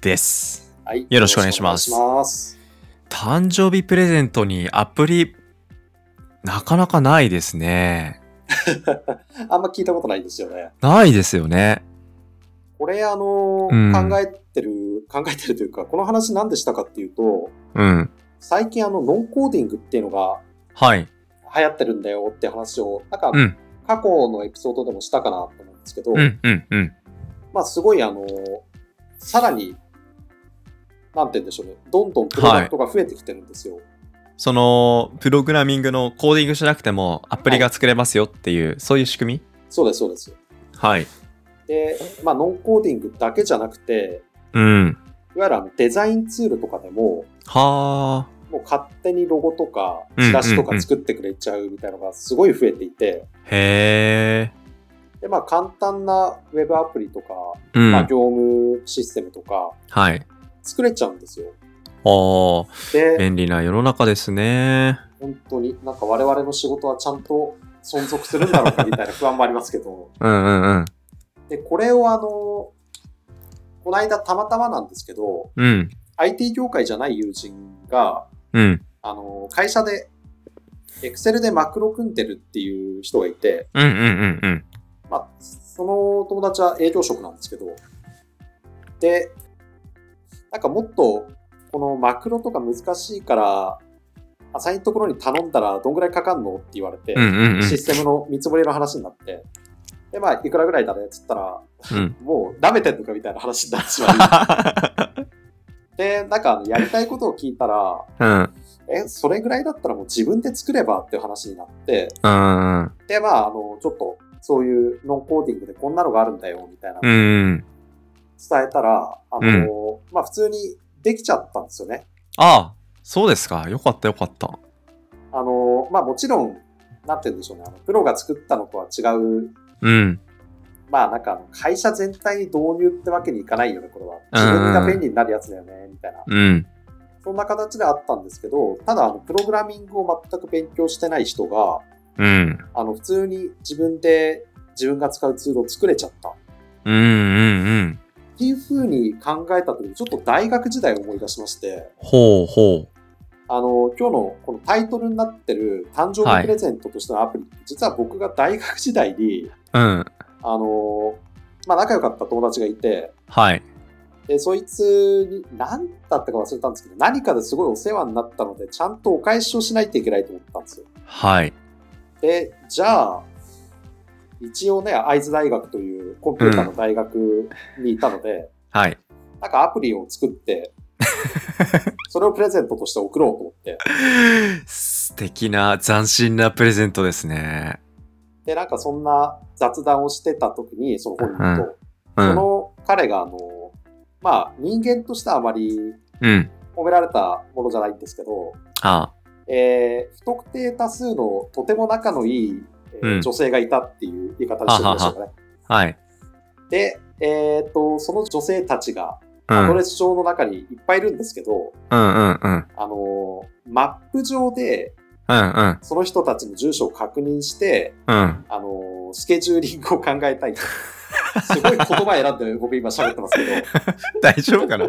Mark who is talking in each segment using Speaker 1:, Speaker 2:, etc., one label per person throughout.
Speaker 1: です
Speaker 2: はい。
Speaker 1: よろしくお願いします
Speaker 2: よろしくお願いします
Speaker 1: 誕生日プレゼントにアプリなかなかないですね
Speaker 2: あんま聞いたことないんです よね。
Speaker 1: ないですよね
Speaker 2: これ、あの、
Speaker 1: うん
Speaker 2: 考えてる、考えてるというか、この話何でしたかっていうと、
Speaker 1: うん
Speaker 2: 最近あの、ノンコーディングっていうのが
Speaker 1: はい
Speaker 2: 流行ってるんだよって話を、なんか、
Speaker 1: うん
Speaker 2: 過去のエピソードでもしたかなと思うんですけど、
Speaker 1: うんうんうん
Speaker 2: まあ、すごいあの、さらに、なんて言うんでしょうね、どんどんプロダクトが増えてきてるんですよ。
Speaker 1: そのプログラミングのコーディングしなくてもアプリが作れますよっていう、そういう仕組み
Speaker 2: そうです、そうです。
Speaker 1: はい
Speaker 2: で、まあ、ノンコーディングだけじゃなくて、
Speaker 1: うん
Speaker 2: いわゆるあのデザインツールとかでも、
Speaker 1: はあ
Speaker 2: もう勝手にロゴとか、
Speaker 1: うん
Speaker 2: チラシとか作ってくれちゃうみたいなのがすごい増えていて、
Speaker 1: へえ
Speaker 2: で、まあ簡単なウェブアプリとか、
Speaker 1: うん
Speaker 2: まあ業務システムとか
Speaker 1: はい
Speaker 2: 作れちゃうんですよ。
Speaker 1: おー
Speaker 2: で、
Speaker 1: 便利な世の中ですね
Speaker 2: 本当になんか我々の仕事はちゃんと存続するんだろうかみたいな不安もありますけど、
Speaker 1: うんうんうん
Speaker 2: で、これをあの、この間たまたまなんですけど、
Speaker 1: うん
Speaker 2: IT 業界じゃない友人が、
Speaker 1: うん
Speaker 2: あの、会社で、Excel でマクロ組んでるっていう人がいて、
Speaker 1: うんうんうんうん
Speaker 2: まあ、その友達は営業職なんですけど、で、なんかもっと、このマクロとか難しいから、アサインのところに頼んだらどんぐらいかかんのって言われて、
Speaker 1: うん うんうん
Speaker 2: システムの見積もりの話になって、で、まあ、いくらぐらいだねって言ったら、
Speaker 1: うん
Speaker 2: もう、舐めてんのかみたいな話になってしま いで、なんかあの、やりたいことを聞いたら、
Speaker 1: うん。
Speaker 2: え、それぐらいだったらもう自分で作ればっていう話になって、
Speaker 1: うん。
Speaker 2: で、まあ、あの、ちょっと、そういうノンコーディングでこんなのがあるんだよ、みたいな
Speaker 1: うん。
Speaker 2: 伝えたら、あの、まあ普通にできちゃったんですよね。
Speaker 1: ああ、そうですか。よかったよかった。
Speaker 2: あの、まあもちろん、なんて言うんでしょうね、あのプロが作ったのとは違う、
Speaker 1: うん。
Speaker 2: まあなんかあの会社全体に導入ってわけにいかないよね、これは。自分が便利になるやつだよね、みたいな。
Speaker 1: うん。
Speaker 2: そんな形であったんですけど、ただあの、プログラミングを全く勉強してない人が、
Speaker 1: うん。
Speaker 2: あの、普通に自分で自分が使うツールを作れちゃった。っ
Speaker 1: うんうんうん。
Speaker 2: ていうふうに考えたときに、ちょっと大学時代を思い出しまして、
Speaker 1: ほうほう。
Speaker 2: あの、今日のこのタイトルになってる誕生日プレゼントとしてのアプリ、実は僕が大学時代に、
Speaker 1: うん。
Speaker 2: あの、まあ仲良かった友達がいて、
Speaker 1: はい。
Speaker 2: で、そいつに何だったか忘れたんですけど、何かですごいお世話になったので、ちゃんとお返しをしないといけないと思ったんですよ。
Speaker 1: はい。
Speaker 2: で、じゃあ、一応ね、会津大学というコンピューターの大学にいたので、
Speaker 1: はい。
Speaker 2: なんかアプリを作 って、それをプレゼントとして送ろうと思って、
Speaker 1: 素敵な斬新なプレゼントですね。
Speaker 2: で、なんかそんな雑談をしてた時に、その本人と、
Speaker 1: う
Speaker 2: そ
Speaker 1: ん。
Speaker 2: の彼が、あの、まあ、人間としてはあまり
Speaker 1: うん。
Speaker 2: 褒められたものじゃないんですけど、
Speaker 1: あ
Speaker 2: えー不特定多数のとても仲のいい、えー
Speaker 1: うん
Speaker 2: 女性がいたっていう言い方をしてるんでしょうかね。
Speaker 1: あ。はい。
Speaker 2: で、えっと、その女性たちが、
Speaker 1: う
Speaker 2: ア
Speaker 1: ん。う
Speaker 2: ド
Speaker 1: ん
Speaker 2: レス上の中にいっぱいいるんですけど、
Speaker 1: うんうん。
Speaker 2: あのーマップ上で、
Speaker 1: うんうん
Speaker 2: その人たちの住所を確認して、
Speaker 1: うん。
Speaker 2: あのースケジューリングを考えたい。すごい言葉選んで僕今喋ってますけど、
Speaker 1: 大丈夫かな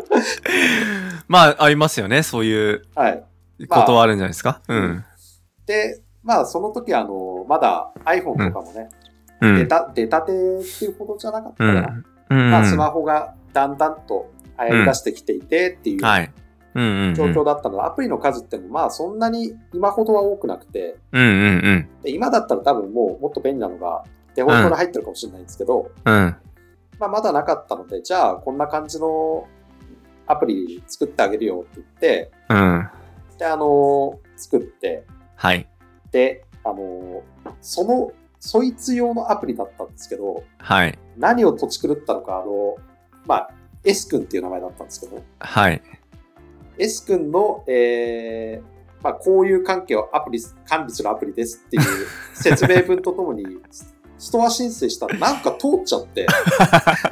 Speaker 1: まあ、ありますよね。そういう
Speaker 2: はい。
Speaker 1: ことはあるんじゃないですか。うん。
Speaker 2: で、まあその時あのーまだ iPhone とかもね、
Speaker 1: う
Speaker 2: 出
Speaker 1: ん。
Speaker 2: た出たてっていうほどじゃなかったか
Speaker 1: う
Speaker 2: な。
Speaker 1: ん。うん。
Speaker 2: まあスマホがだんだんと流行り出してきていてっていう
Speaker 1: はい。うんうんうん。
Speaker 2: 状況だったので、アプリの数ってもまあそんなに今ほどは多くなくて、
Speaker 1: うんうんうん。
Speaker 2: で今だったら多分もうもっと便利なのがデフォルトで入ってるかもしれないんですけど、
Speaker 1: うん。
Speaker 2: まあ、まだなかったので、じゃあこんな感じのアプリ作ってあげるよって言って、
Speaker 1: うん。
Speaker 2: で、あの、作って、
Speaker 1: はい。
Speaker 2: で、あの、その、そいつ用のアプリだったんですけど、
Speaker 1: はい。
Speaker 2: 何をとち狂ったのか、あの、まあ、 S 君っていう名前だったんですけど、
Speaker 1: はい。
Speaker 2: S 君の、えーまあ、交友関係をアプリ、管理するアプリですっていう説明文とともに、 ストア申請したらなんか通っちゃって、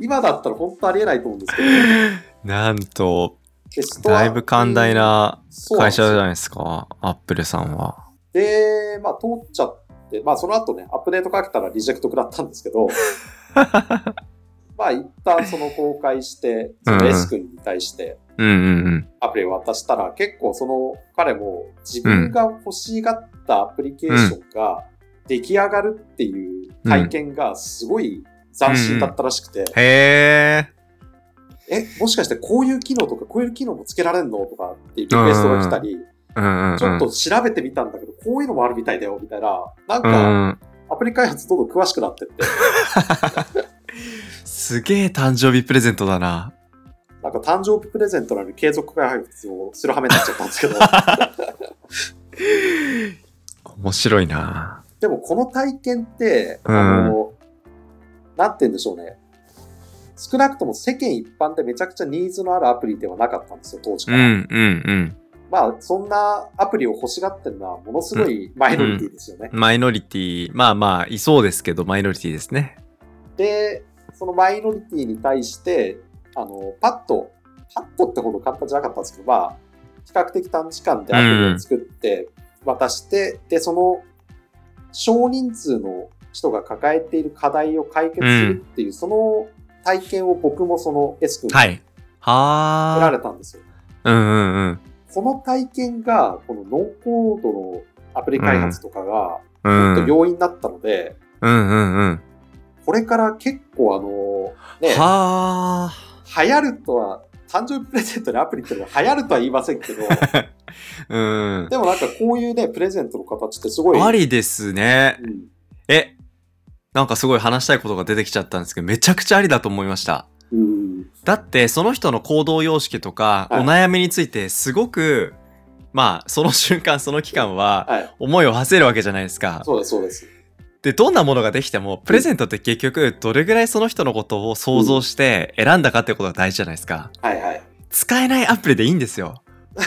Speaker 2: 今だったら本当ありえないと思うんですけど、
Speaker 1: なんと、
Speaker 2: でストア
Speaker 1: だいぶ寛大な
Speaker 2: そうなん
Speaker 1: 会
Speaker 2: ですよ
Speaker 1: 社じゃないですか、アップルさんは。
Speaker 2: で、まあ、通っちゃって、まあ、その後ね、アップデートかけたらリジェクト食らったんです けど、まあ、一旦その公開して、そ
Speaker 1: うんう
Speaker 2: の
Speaker 1: ん
Speaker 2: S 君に対して
Speaker 1: うんうんうん。
Speaker 2: アプリを渡したら、結構その彼も自分が欲しがったアプリケーションが出来上がるっていう体験がすごい斬新だったらしくて、
Speaker 1: へえ。
Speaker 2: え、もしかしてこういう機能とかこういう機能もつけられんのとかっていうリクエストが来たり、
Speaker 1: うんうんうん。
Speaker 2: ちょっと調べてみたんだけど、こういうのもあるみたいだよ、みたいな、なん
Speaker 1: う
Speaker 2: か、
Speaker 1: んうん。
Speaker 2: アプリ開発どんどん詳しくなってって、
Speaker 1: すげえ誕生日プレゼントだな。
Speaker 2: なんか誕生日プレゼントなのに継続開発をする羽目になっちゃったんですけ ど、
Speaker 1: 面白いな。
Speaker 2: でもこの体験って、
Speaker 1: うん
Speaker 2: あの、なんて言うんでしょうね。少なくとも世間一般でめちゃくちゃニーズのあるアプリではなかったんですよ、当時
Speaker 1: う
Speaker 2: か
Speaker 1: ん
Speaker 2: ら。
Speaker 1: うん
Speaker 2: まあ、そんなアプリを欲しがってるのはものすごいマイノリティですよね。
Speaker 1: うん。マイノリティ、まあまあ、いそうですけど、マイノリティですね。
Speaker 2: で、そのマイノリティに対して、あの、パッと、パッとってほど簡単じゃなかったんですけど、まあ、比較的短時間でアプリを作って渡して、で、その少人数の人が抱えている課題を解決するっていう、その体験を僕もその S 君に
Speaker 1: は
Speaker 2: 得
Speaker 1: い。は
Speaker 2: ら
Speaker 1: あ。
Speaker 2: れたんですよ。
Speaker 1: うんうんうん。
Speaker 2: この体験が、このノンコードのアプリ開発とかが、
Speaker 1: う
Speaker 2: ず
Speaker 1: ん。
Speaker 2: っと要因だったので、
Speaker 1: うんうんうん。
Speaker 2: これから結構あの、ね、
Speaker 1: はあ。
Speaker 2: 流行るとは、誕生日プレゼントのアプリっていうのは流行るとは言いません けど、
Speaker 1: うん。
Speaker 2: でもなんかこういうね、プレゼントの形ってすごい、
Speaker 1: ありですね
Speaker 2: う。ん、
Speaker 1: え、なんかすごい話したいことが出てきちゃったんですけど、めちゃくちゃありだと思いました。
Speaker 2: うん、
Speaker 1: だって、その人の行動様式とか、
Speaker 2: はい
Speaker 1: お悩みについて、すごく、まあ、その瞬間、その期間は、
Speaker 2: はい、
Speaker 1: 思いを馳せるわけじゃないですか。
Speaker 2: そうです、そうです。
Speaker 1: で、どんなものができても、プレゼントって結局、どれぐらいその人のことを想像して選んだかってことが大事じゃないですか。
Speaker 2: はいはい。
Speaker 1: 使えないアプリでいいんです よ。考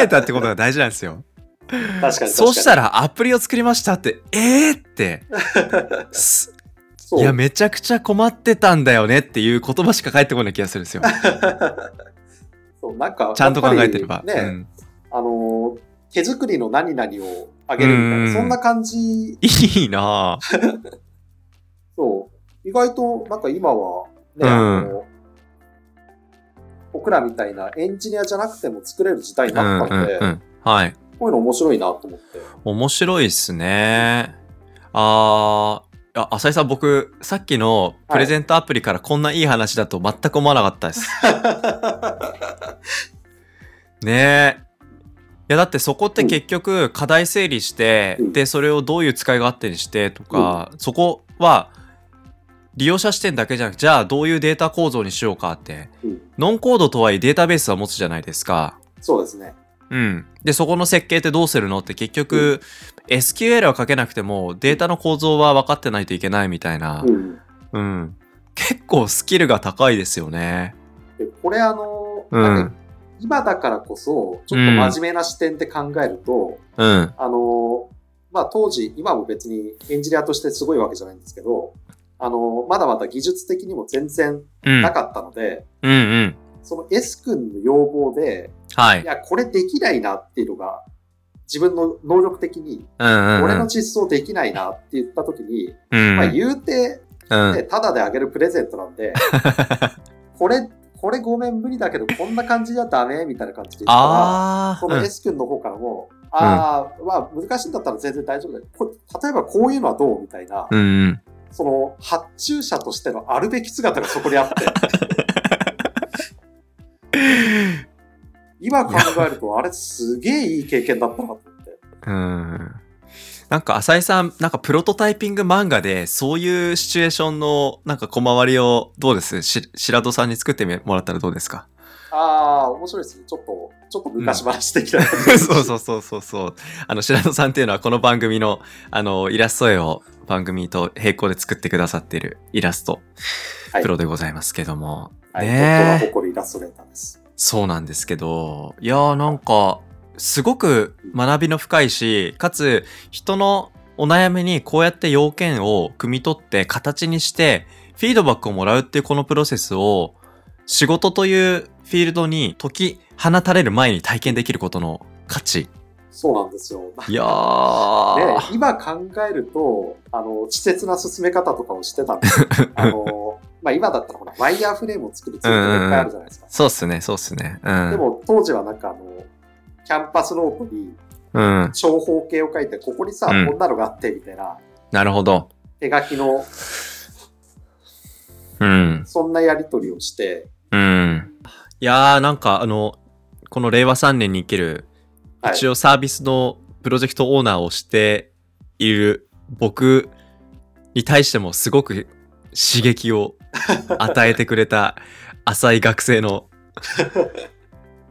Speaker 1: えたってことが大事なんですよ。
Speaker 2: 確かに確かに。
Speaker 1: そうしたらアプリを作りましたって、えー って、す
Speaker 2: そう、
Speaker 1: いや、めちゃくちゃ困ってたんだよねっていう言葉しか返ってこない気がするんです よ。
Speaker 2: そうなんか、
Speaker 1: ちゃんと考えてれ
Speaker 2: や
Speaker 1: ば
Speaker 2: っ。ぱり
Speaker 1: う
Speaker 2: ね、
Speaker 1: ん
Speaker 2: あのー、手作りの何々をあげるみたい
Speaker 1: うん
Speaker 2: な、そんな感じ、
Speaker 1: いいなぁ。
Speaker 2: そう、意外となんか今は、ね、あの僕らみたいなエンジニアじゃなくても作れる時代
Speaker 1: う
Speaker 2: に
Speaker 1: ん
Speaker 2: なっ
Speaker 1: う
Speaker 2: たの
Speaker 1: ん
Speaker 2: で、
Speaker 1: うん。はい。
Speaker 2: こういうの面白いなと思って。
Speaker 1: 面白いっすね。あー、あ浅井さん、僕、さっきのプレゼントアプリからこんないい話だと全く思わなかった です。ねえ。いやだってそこって結局課題整理して、
Speaker 2: うん
Speaker 1: でそれをどういう使い勝手にしてとか、そこは利用者視点だけじゃなくじゃあどういうデータ構造にしようかって
Speaker 2: うん
Speaker 1: ノンコードとはいえデータベースは持つじゃないですか。
Speaker 2: そうですね。
Speaker 1: うん、でそこの設計ってどうするのって結局、SQL は書けなくてもデータの構造は分かってないといけないみたいな、
Speaker 2: うん。
Speaker 1: うん、結構スキルが高いですよね。
Speaker 2: でこれあの、
Speaker 1: うん
Speaker 2: なんか今だからこそ、ちょっと真面目な視点で考えると、
Speaker 1: うん、
Speaker 2: あの、まあ当時、今も別にエンジニアとしてすごいわけじゃないんですけど、あの、まだまだ技術的にも全然
Speaker 1: うん、
Speaker 2: なかったので、
Speaker 1: うん、うん、
Speaker 2: その S 君の要望で、
Speaker 1: はいい。
Speaker 2: や、これできないなっていうのが、自分の能力的に、
Speaker 1: うん、うん、
Speaker 2: 俺の実装できないなって言った時に、
Speaker 1: うん、
Speaker 2: まあ言うて、
Speaker 1: うん、
Speaker 2: ね、ただであげるプレゼントな んで、これ、これごめん無理だけど、こんな感じじゃダメみたいな感じで言ったら、
Speaker 1: ああ、
Speaker 2: その
Speaker 1: うん
Speaker 2: S 君の方からも、ああ、まあ難しいんだったら全然大丈夫だよ。こ例えばこういうのはどうみたいな、
Speaker 1: うんうん。
Speaker 2: その発注者としてのあるべき姿がそこに あって。今考えると、あれすげえいい経験だったなと思って。
Speaker 1: うん。なんか浅井さん、なんかプロトタイピング漫画で、そういうシチュエーションの、なんか小回りを、どうですし白戸さんに作ってみもらったらどうですか
Speaker 2: ああ、面白いですね。ちょっと、ちょっと昔話的な。
Speaker 1: そうそうそうそうそう。あの、白戸さんっていうのはこの番組の、あの、イラスト絵を番組と並行で作ってくださっているイラスト、
Speaker 2: はい
Speaker 1: プロでございますけども。
Speaker 2: はい。
Speaker 1: ねえ
Speaker 2: ドットが誇るイラストレーターです。
Speaker 1: そうなんですけど、いやーなんか、すごく学びの深いし、かつ人のお悩みにこうやって要件を汲み取って形にして、フィードバックをもらうっていうこのプロセスを、仕事というフィールドに解き放たれる前に体験できることの価値。
Speaker 2: そうなんですよ。
Speaker 1: いやー、
Speaker 2: で今考えると、あの、稚拙な進め方とかをしてたんです よあの、まあ今だったらほら、ワイヤーフレームを作るツールがいっぱいあるじゃないですか。
Speaker 1: そうっすね、そうっすね。うん。
Speaker 2: でも当時はなんかあの、キャンパスロープに
Speaker 1: うん。
Speaker 2: 長方形を書いて、ここにさ、
Speaker 1: うん
Speaker 2: こんなのがあって、みたいな、
Speaker 1: なるほど。
Speaker 2: 手書きの、
Speaker 1: うん。
Speaker 2: そんなやりとりをして、
Speaker 1: うん。いやー、なんかあの、この令和3年に生きる、
Speaker 2: はい
Speaker 1: 一応サービスのプロジェクトオーナーをしている僕に対してもすごく刺激 を与えてくれた浅い学生の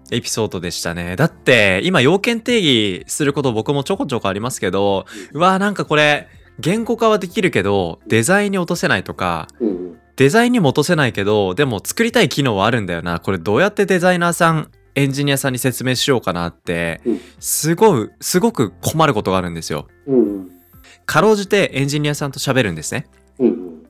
Speaker 1: エピソードでしたね。だって今要件定義すること僕もちょこちょこありますけど、うわーなんかこれ言語化はできるけどデザインに落とせないとか
Speaker 2: うんうん。
Speaker 1: デザインにも落とせないけどでも作りたい機能はあるんだよなこれどうやってデザイナーさんエンジニアさんに説明しようかなって
Speaker 2: うん
Speaker 1: すごいすごく困ることがあるんですよ
Speaker 2: うんうん。
Speaker 1: かろうじてエンジニアさんと喋るんですね
Speaker 2: うんうん。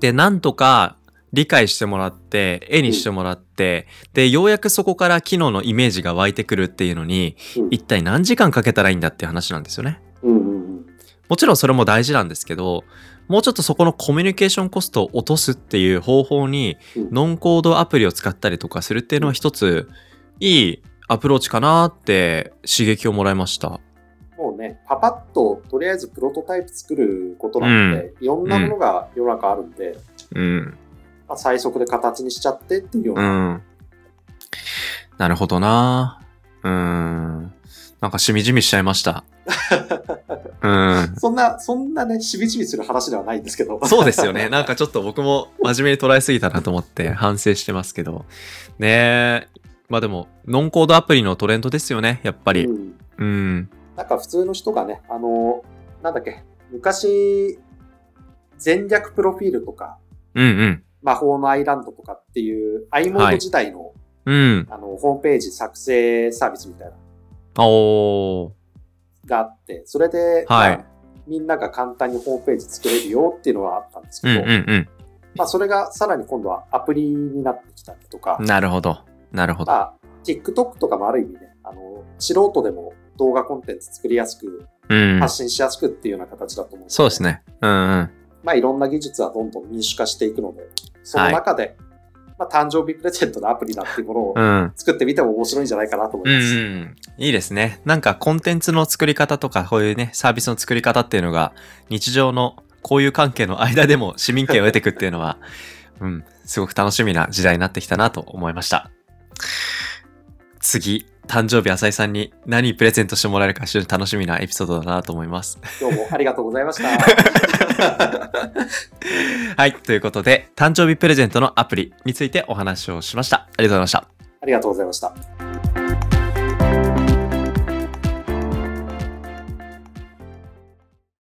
Speaker 1: でなんとか理解してもらって絵にしてもらってでようやくそこから機能のイメージが湧いてくるっていうのに
Speaker 2: うん
Speaker 1: 一体何時間かけたらいいんだっていう話なんですよね
Speaker 2: うんうん
Speaker 1: もちろんそれも大事なんですけど、もうちょっとそこのコミュニケーションコストを落とすっていう方法に、
Speaker 2: うん
Speaker 1: ノンコードアプリを使ったりとかするっていうのは一つ、いいアプローチかなって刺激をもらいました。
Speaker 2: うん。もうね、パパッととりあえずプロトタイプ作ることなんで、いろんなものが世の中あるんで、
Speaker 1: うん。
Speaker 2: まあ、最速で形にしちゃってっていうよう
Speaker 1: う
Speaker 2: な。
Speaker 1: ん。なるほどなうん。なんかしみじみしちゃいま した。うん。
Speaker 2: そんな、そんなね、しびしびする話ではないんですけど。
Speaker 1: そうですよね。なんかちょっと僕も真面目に捉えすぎたなと思って反省してますけど。ねえ。まあでも、ノンコードアプリのトレンドですよね、やっぱり
Speaker 2: う。ん
Speaker 1: うん。
Speaker 2: なんか普通の人がね、あの、なんだっけ、昔、戦略プロフィールとか、
Speaker 1: うんうん。
Speaker 2: 魔法のアイランドとかっていう、アイモード時代の、
Speaker 1: うん。
Speaker 2: あの、ホームページ作成サービスみたいなの
Speaker 1: おー。
Speaker 2: があって、それで、
Speaker 1: はい
Speaker 2: まあみんなが簡単にホームページ作れるよっていうのはあったんです
Speaker 1: うん
Speaker 2: けど、
Speaker 1: うん
Speaker 2: まあそれがさらに今度はアプリになってきたりとか
Speaker 1: うん。、なるほど。なるほど。
Speaker 2: まあ、TikTok とかもある意味ね、あの、素人でも動画コンテンツ作りやすく、
Speaker 1: うん。
Speaker 2: 発信しやすくっていうような形だと思うので、
Speaker 1: そうですね。うんうん。
Speaker 2: まあいろんな技術はどんどん民主化していくので、その中で、まあ誕生日プレゼントのアプリだっていうものを
Speaker 1: うん。
Speaker 2: 作ってみても面白いんじゃないかなと思
Speaker 1: う
Speaker 2: い
Speaker 1: んう
Speaker 2: ます。
Speaker 1: ん、いいですね。なんかコンテンツの作り方とか、こういうね、サービスの作り方っていうのが、日常の交友関係の間でも市民権を得ていくっていうのは、 うん、すごく楽しみな時代になってきたなと思いました。次、誕生日浅井さんに何プレゼントしてもらえるか、非常に楽しみなエピソードだなと思います。
Speaker 2: どうもありがとうございました。
Speaker 1: はい、ということで、誕生日プレゼントのアプリについてお話をしました。ありがとうございました。
Speaker 2: ありがとうございました。